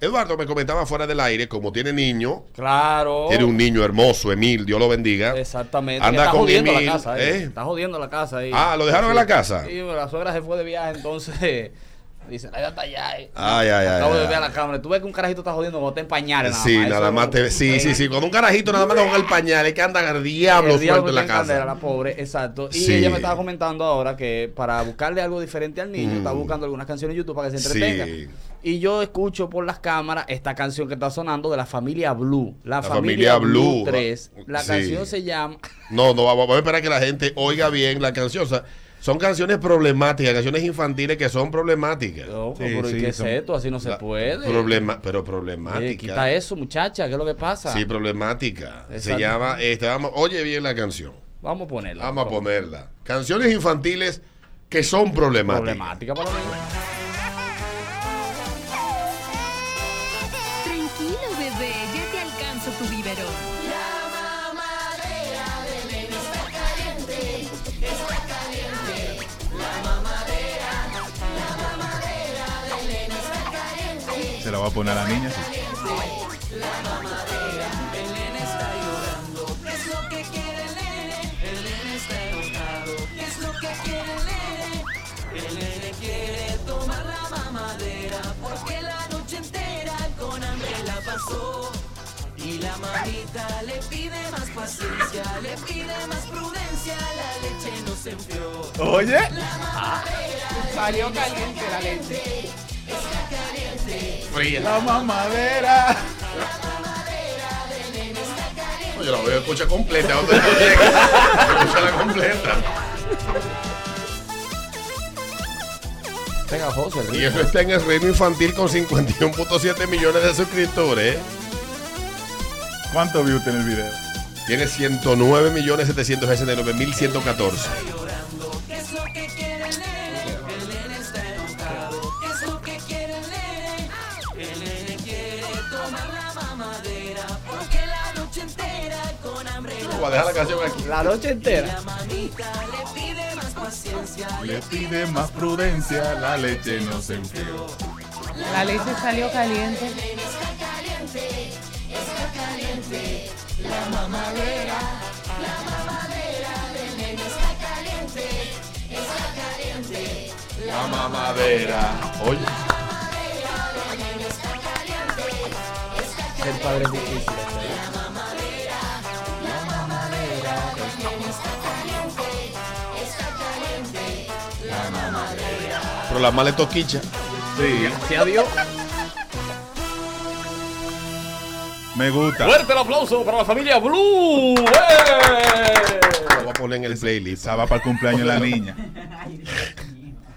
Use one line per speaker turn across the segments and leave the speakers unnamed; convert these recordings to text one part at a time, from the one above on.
Eduardo me comentaba fuera del aire, como tiene niño,
Claro.
tiene un niño hermoso, Emil, Dios lo bendiga.
Exactamente.
Anda
que está
con
jodiendo
Emil,
la casa, eh.
¿eh?
Está jodiendo la casa ahí.
Ah, ¿lo dejaron en la casa?
Sí, pero la suegra se fue de viaje, entonces. Dice, ay, hasta allá. eh".
Ay, ay, ay,
Acabo de
ay,
ver a
ay.
la cámara. Tú ves que un carajito está jodiendo cuando te empañales.
sí, nada más te Sí, sí, sí. Cuando un carajito nada más con el pañal, es que anda al diablo,
El diablo
suelto en la
está en candela,
casa.
la pobre, exacto. Y
Sí.
ella me estaba comentando ahora que para buscarle algo diferente al niño,
Mm.
está buscando algunas canciones en YouTube para que se
Sí.
entretenga. Y yo escucho por las cámaras esta canción que está sonando de la familia Blue. La,
La
familia,
familia
Blue
Blue.
3. La
Sí.
canción se llama.
No, no, vamos vamos a esperar que la gente oiga bien la canción. O sea, son canciones problemáticas, canciones infantiles que son problemáticas.
Loco,
Sí,
pero ¿y
sí,
qué
son-
es esto? Así no se
La-
puede.
Problema, pero
Oye,
problemática.
quita eso, muchacha, ¿qué es lo que pasa?
Sí, problemática. Se
Exacto.
llama, este, vamos, oye bien la canción.
Vamos a ponerla.
Vamos a
por favor.
ponerla. Canciones infantiles que son problemáticas.
Problemática por lo menos.
Tranquilo, bebé, ya te alcanzo tu biberón.
Se la va a poner a la niña. sí. Oye.
Salió caliente la leche.
Fría.
La mamadera.
Yo la voy a escuchar completa. ¿dónde la llega? Escúchala completa.
Venga, José,
Y
ríe.
eso está en el reino infantil con 51.7 millones de suscriptores. ¿eh?
¿Cuánto views tiene el video?
Tiene 109 millones 769.114. Voy a dejar la canción aquí.
La noche entera.
Le pide más prudencia, la leche no se enfrió.
La leche salió caliente.
La mamadera. Oye,
Ser padre es difícil. este.
pero la mala es toquicha.
Sí.
Sí, adiós.
Me gusta.
Fuerte el aplauso para la familia Blue. ¡Eh!
La voy a poner en el playlist.
Esa va para el cumpleaños de la niña.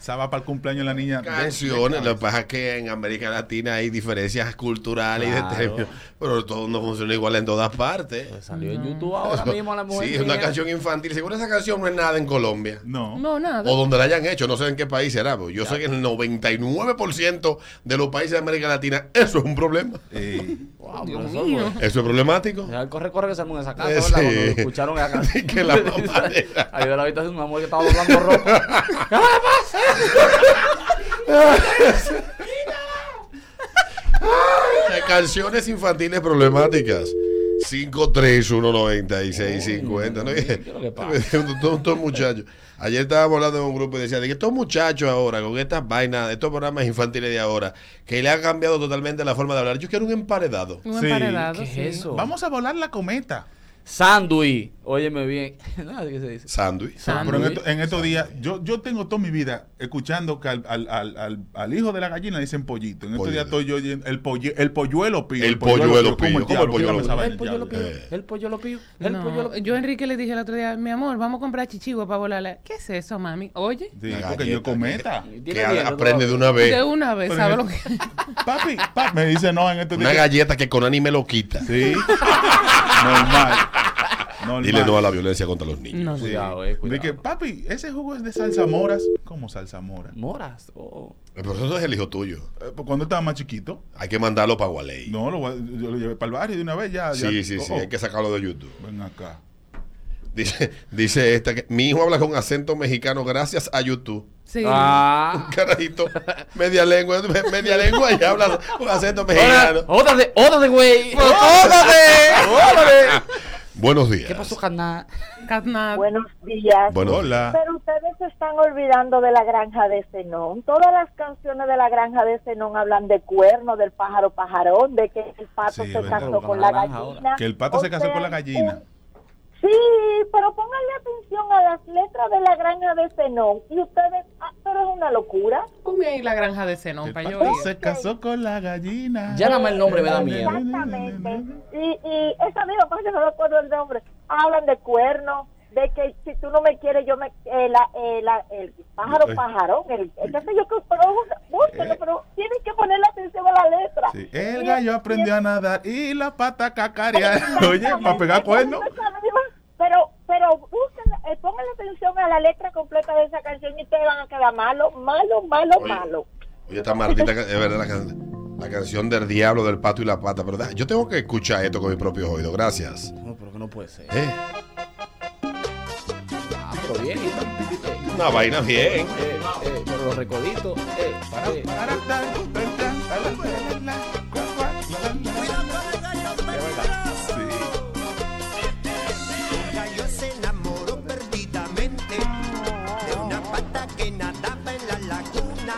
Esa va para el cumpleaños de la niña.
Canciones, lo que pasa es que en América Latina hay diferencias culturales y de
Claro.
términos, pero todo no funciona igual en todas partes.
Pues salió en YouTube ahora mismo la mujer.
sí, es una
mía.
canción infantil. Seguro esa canción no es nada en Colombia.
No.
No, nada.
O donde la hayan hecho, no sé en qué país será. pero yo sé que en el 99% de los países de América Latina eso es un problema.
Eh,
Wow, pero eso, güey.
Eso es problemático.
O sea, corre, corre que se en esa casa,
Eh,
¿verdad?
sí.
Cuando escucharon esa canción.
Que la mamadera.
Ahí de la habitación una mujer que estaba doblando ropa. ¿Qué le pasa?
Eh, Canciones infantiles problemáticas. 5319650. ¿no?
¿qué es lo que pasa?
Todos estos muchachos. Ayer estábamos hablando de un grupo y decía de que estos muchachos ahora, con estas vainas, estos programas infantiles de ahora, que le han cambiado totalmente la forma de hablar. Yo quiero un emparedado.
Un
Sí.
emparedado,
¿Qué es
sí.
eso?
vamos a volar la cometa.
Sándwich. Óyeme bien. No, así que se dice.
Sándwich.
Pero en, este-
Sándwich.
esto- en estos días, yo, yo tengo toda mi vida escuchando que al, al- al- al- al hijo de la gallina le dicen pollito. En estos
Pollito.
días estoy yo oyendo el, pollo- el polluelo pío.
El polluelo pío,
¿Cómo el
¿cómo el
diablo?
polluelo
Dígame esa
pío?
vaina,
El pollo lo
diablo.
pío.
Eh.
El pollo lo pío. El
No,
pollo lo pío.
Yo a Enrique le dije el otro día, mi amor, vamos a comprar chichigua para volarla. ¿Qué es eso, mami? Oye,
Sí,
La
porque yo
galleta,
cometa.
Que a- aprende de una vez.
de una vez,
Pero
¿sabes
en
lo que?
Papi, papi, me dice no en estos
Una
días.
galleta que Conani me lo quita.
Sí. Normal. Normal.
Dile no a la violencia contra los niños.
No,
Sí.
Cuidado, eh, cuidado.
De que, papi, ese jugo es de salsa moras. ¿Cómo salsa mora?
Moras. Oh.
Pero eso es el hijo tuyo.
Eh, pues, Cuando estaba más chiquito,
Hay que mandarlo para Gualey.
no, lo, voy a- yo lo llevé para el barrio de una vez ya. ya-
sí, sí, sí.
oh,
Hay que sacarlo de YouTube.
Ven acá.
Dice, dice esta que mi hijo habla con acento mexicano gracias a YouTube.
Sí.
Ah.
Carajito, media lengua, me- media lengua y habla con acento
Ahora,
mexicano.
Ódate, ódate, güey.
Oh, Buenos días.
¿Qué pasó, carnal?
Catnap.
Buenos días.
Buenos
Hola.
Pero ustedes se están olvidando de la granja de Zenón. Todas las canciones de la granja de Zenón hablan de cuerno, del pájaro pajarón, de que el pato
Sí,
se
verdad,
casó
con
con
la
la
granja ahora.
gallina.
Que el pato
O
se casó
sea,
con la gallina.
un- Sí, pero pónganle atención a las letras de la granja de Zenón. Y ustedes, ah, pero es una locura.
Ponme ahí la granja de Zenón
El
para yo
pato
ir.
se casó con la gallina.
Ya nada más el nombre me da miedo.
Exactamente. Y, y esa misma parte, no recuerdo el nombre, hablan de cuerno, de que si tú no me quieres, yo me. eh, la, eh, la- el pájaro
Ay.
pajarón, el. el qué sé yo, que- pero búsquenlo,
Eh.
pero tienen que ponerle atención a la letra.
Sí, El gallo aprendió a nadar y la pata cacarear. Oye, para pegar cuernos.
cuerno Pero, pero busquen, eh, pónganle atención a la letra completa de esa canción y ustedes van a quedar malo, malo, malo,
Oye.
malo.
Oye, esta maldita, ca- es verdad, la, can- la canción del diablo, del pato y la pata, ¿verdad? Yo tengo que escuchar esto con mis propios oídos, gracias.
No, pero que no puede ser.
Eh,
Ah, pero bien.
una vaina bien.
Eh, eh, pero los recoditos. eh, eh.
Sí.
Yo se enamoró perdidamente de una pata que nadaba en la laguna.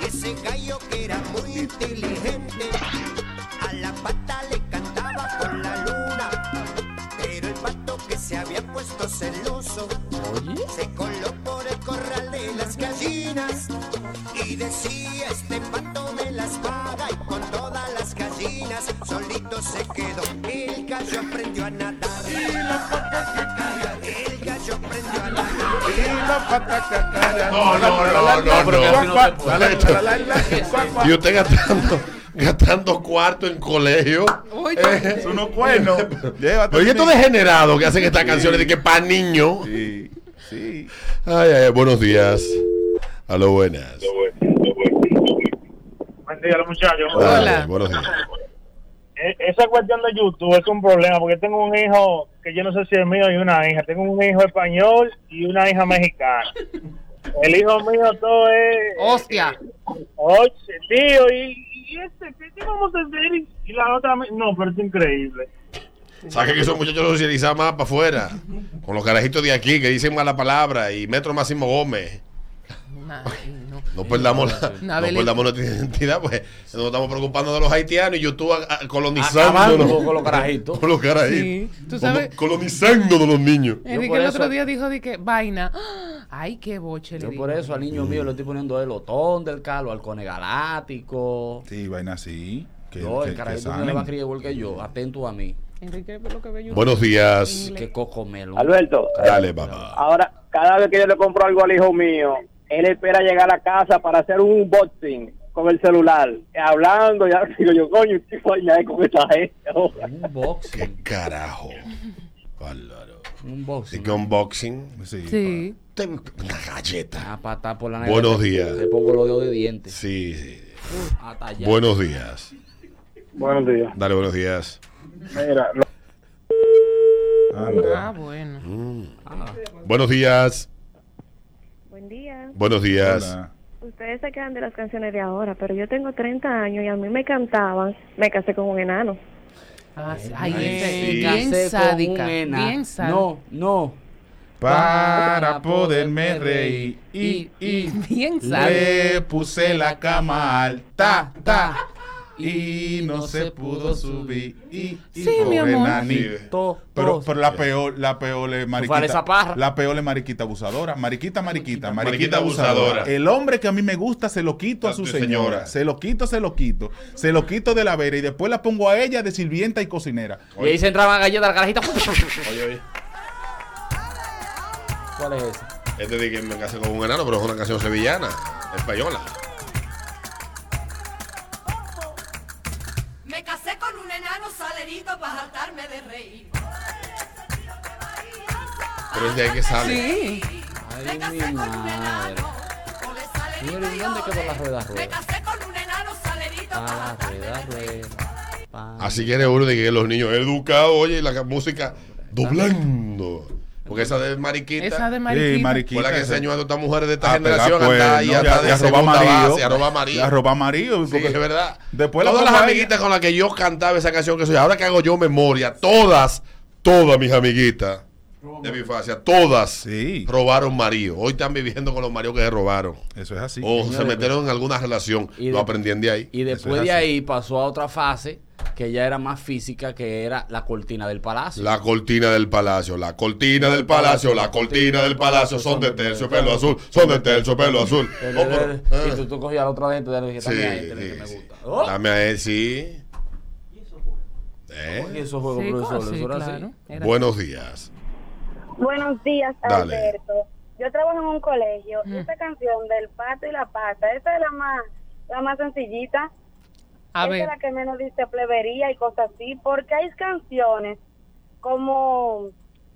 Y ese gallo que era muy inteligente, a la pata le cantaba con la luna. Pero el pato que se había puesto celoso se coló por el corral de las gallinas y decía este pato de la espada y con todas las gallinas solito se quedó. El gallo aprendió a nadar y la pata cacarear. El gallo aprendió a nadar.
No, no, no, no, no. Y usted gastando, gastando cuarto en colegio.
Uy,
Es unos cuernos. Llévate.
Oye, estos degenerados que hacen estas canciones de que pa' niño.
Sí, sí.
Ay, ay, buenos días. A lo buenas.
Buen día, los muchachos.
Hola.
Dale, buenos días.
E- Esa cuestión de YouTube es un problema porque tengo un hijo que yo no sé si es mío y una hija. Tengo un hijo español y una hija mexicana. El hijo mío todo es.
Hostia.
Oye, tío, y, y este, ¿qué, qué vamos a hacer? Y- Y la otra. me- No, pero es increíble.
Saque que esos muchachos socializan más para afuera. Con los carajitos de aquí que dicen mala palabra y Metro Máximo Gómez.
Ay, no.
No perdamos, la,
No,
no,
Belén.
perdamos nuestra identidad, pues nos estamos preocupando de los haitianos y YouTube a- a-
Acabando
colonizándonos.
con los carajitos.
Con los carajitos.
Sí, tú
Con-
sabes-
Colonizándonos los niños.
Enrique
por
el
eso-
otro día dijo de que vaina. ¡Ah! Ay, qué boche le
Yo
di.
por eso al niño mío le estoy poniendo el otón del calo, al cone galáctico.
Sí, vaina así. Que,
yo, el
que- que
carajito no le
sanen.
va a criar igual que yo. Atento a mí.
Enrique por lo que ve yo-
Buenos días.
Inglés.
Que coco melo.
Alberto,
Dale, papá.
ahora cada vez que yo le compro algo al hijo mío, él espera llegar a casa para hacer un unboxing con el celular, eh, hablando, ya digo yo, coño, qué vaina es con esta gente ahora?
Un
¿Qué
boxing.
carajo? Bárbaro.
Un
Así
boxing.
que unboxing.
Sí.
Sí.
Te- Una galleta.
Ah, patada por la nariz.
Buenos
Le-
días.
Le pongo los dedos de dientes.
Sí, sí.
Hasta allá.
Buenos días.
Buenos días.
Dale, buenos días.
Mira,
pa- Anda.
Ah, bueno.
Buenos días.
Buen día.
Buenos días.
Hola.
Ustedes se quedan de las canciones de ahora, pero yo tengo 30 años y a mí me cantaban Me casé con un enano.
Ah, sí. Ay,
Ay,
ese-
sí.
bien
Casé con un
sádica.
ena.
Bien sádica.
No, no.
Para poderme reír y, y
Bien sádica.
le puse la cama alta, ta, y no se pudo subir. Y, y
Sí, mi
pobre
amor.
nani.
Sí.
To-
Pero,
tos.
pero la peor, la peor es
Fue esa
mariquita.
parra.
La peor es mariquita abusadora. Mariquita, mariquita,
Mariquita
mariquita abusadora.
abusadora.
El hombre que a mí me gusta se lo quito a
A
su
tu
señora.
señora.
Se lo quito, se lo quito. Se lo quito de la vera y después la pongo a ella de sirvienta y cocinera.
Y ahí se entraba galleta la carajita.
Oye, oye.
¿Cuál es esa?
Este de que me casé con un enano, pero es una canción sevillana, española.
Me casé con un enano salerito para saltarme de reír.
Pero es de ahí que sale.
Sí.
Ay, mi madre. Señores, ¿y dónde quedó la rueda rueda?
casé con un enano salerito
Pa, la rueda rueda. pa.
Así que eres uno de que los niños educados, oye, y la ca- música Doblando. Porque esa de Mariquita.
Esa de Mariquita. Sí, Mariquita,
Fue la que
esa.
enseñó a todas estas mujeres de esta
Ah, pero,
generación
pues,
a andar ahí
no,
hasta
ya- ya
de
roba
segunda
amarillo.
base, a robar amarillo.
Ya roba amarillo,
Sí,
porque-
es verdad.
Después la
todas las
papaya-
amiguitas con las que yo cantaba esa canción que soy, ahora que hago yo memoria, todas, todas mis amiguitas de mi infancia, todas robaron marido. Hoy están viviendo con los maridos que se robaron.
Eso es así.
O se
Señores,
metieron en alguna relación.
Y
Lo
de-
aprendían de ahí.
Y después de ahí pasó a otra fase que ya era más física, que era la cortina del palacio.
La cortina del palacio, la cortina del palacio, la cortina del palacio, son de tercio pelo azul, son de tercio pelo azul.
El-
Oh,
el-
pero-
el- eh, y tú, tú cogías la otra gente de la que
Sí,
también
sí,
este, me
sí.
gusta. Oh,
Dame a él, sí. ¿Eh?
Y esos juegos,
Sí,
profesor,
sí,
eso era
claro.
así.
Era-
Buenos días.
Buenos días,
Dale.
Alberto. Yo trabajo en un colegio y esta canción del pato y la pata, esa es la más, la más sencillita.
A
esa
ver.
es la que menos dice plebería y cosas así, porque hay canciones como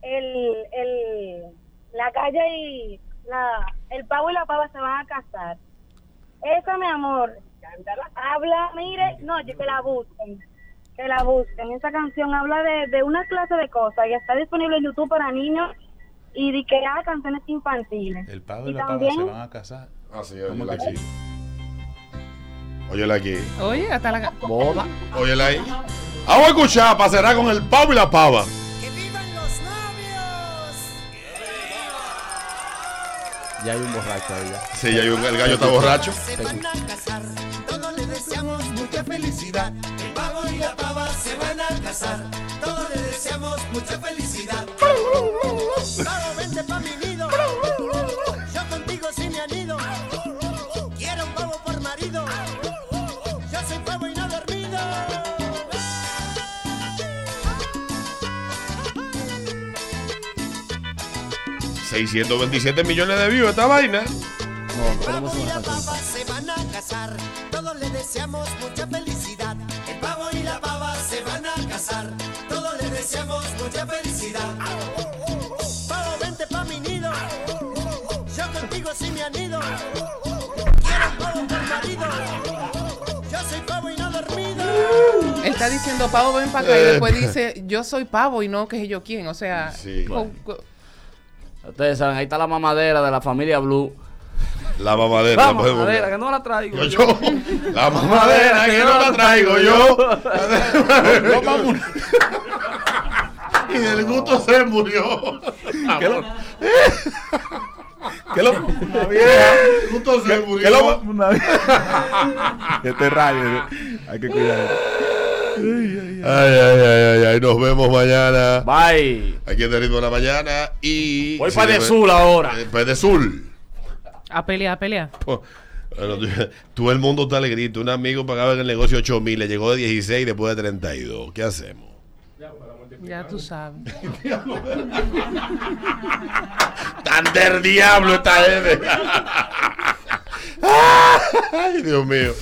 el, el, la calle y la, el pavo y la pava se van a casar. Esa, mi amor, habla, mire, no, yo que la busquen, que la busquen. Esa canción habla de, de una clase de cosas y está disponible en YouTube para niños y de que haga canciones infantiles.
El pavo y
Y
la pava se
también-
van a casar.
Así,
¿Cómo
Ah, óyela
que
aquí. Óyela aquí.
Oye, hasta la.
Boda.
Óyela ahí. Ah, Vamos a escuchar para cerrar con el pavo y la pava.
¡Que vivan los novios!
Ya hay un borracho ahí. ya.
Sí, ya hay un- el gallo está borracho.
Se van a casar y todos le deseamos mucha felicidad. El pavo y la pava se van a casar. Todos le deseamos mucha felicidad. Claro, vente pa' mi nido. Yo contigo sí me anido. Quiero un pavo por marido. Yo soy pavo y no dormido.
¿627 millones de views esta vaina?
No, tenemos
pavo y
una
la
canción.
pava se van a casar. Todos le deseamos mucha felicidad. El pavo y la pava se van a casar. Todos le deseamos mucha felicidad. Pavo, vente pa' mi nido. Yo contigo sí me anido. Quiero un pavo por marido. Yo soy pavo y no dormido.
Él está diciendo pavo, ven para
Eh.
acá. Y después dice, yo soy pavo y no que sé yo quién. O sea.
Sí.
co- co-
Ustedes saben, ahí está la mamadera de la familia Blue.
La mamadera.
Vamos,
la podemos-
mamadera, que no la traigo.
Yo, yo. La mamadera que no la traigo yo.
No, vamos.
Y del gusto se murió.
¿Qué lo-
Ah,
¿Qué lo.?
El gusto se
¿Qué-
murió.
qué lo- una vieja? este rayo, hay que cuidar.
Ay, ay, ay, ay, ay. Nos vemos mañana.
Bye.
Aquí en el ritmo de la mañana. Y.
Voy
Sí,
para de
debe-
Sur ahora.
Eh, Pues de Sur.
A pelear, a pelear.
Bueno, tú- todo el mundo está alegrito. Un amigo pagaba en el negocio 8 mil, le llegó de 16 y después de 32. ¿Qué hacemos?
Ya tú sabes.
¡Tan del diablo esta gente! ¡Ay, Dios mío!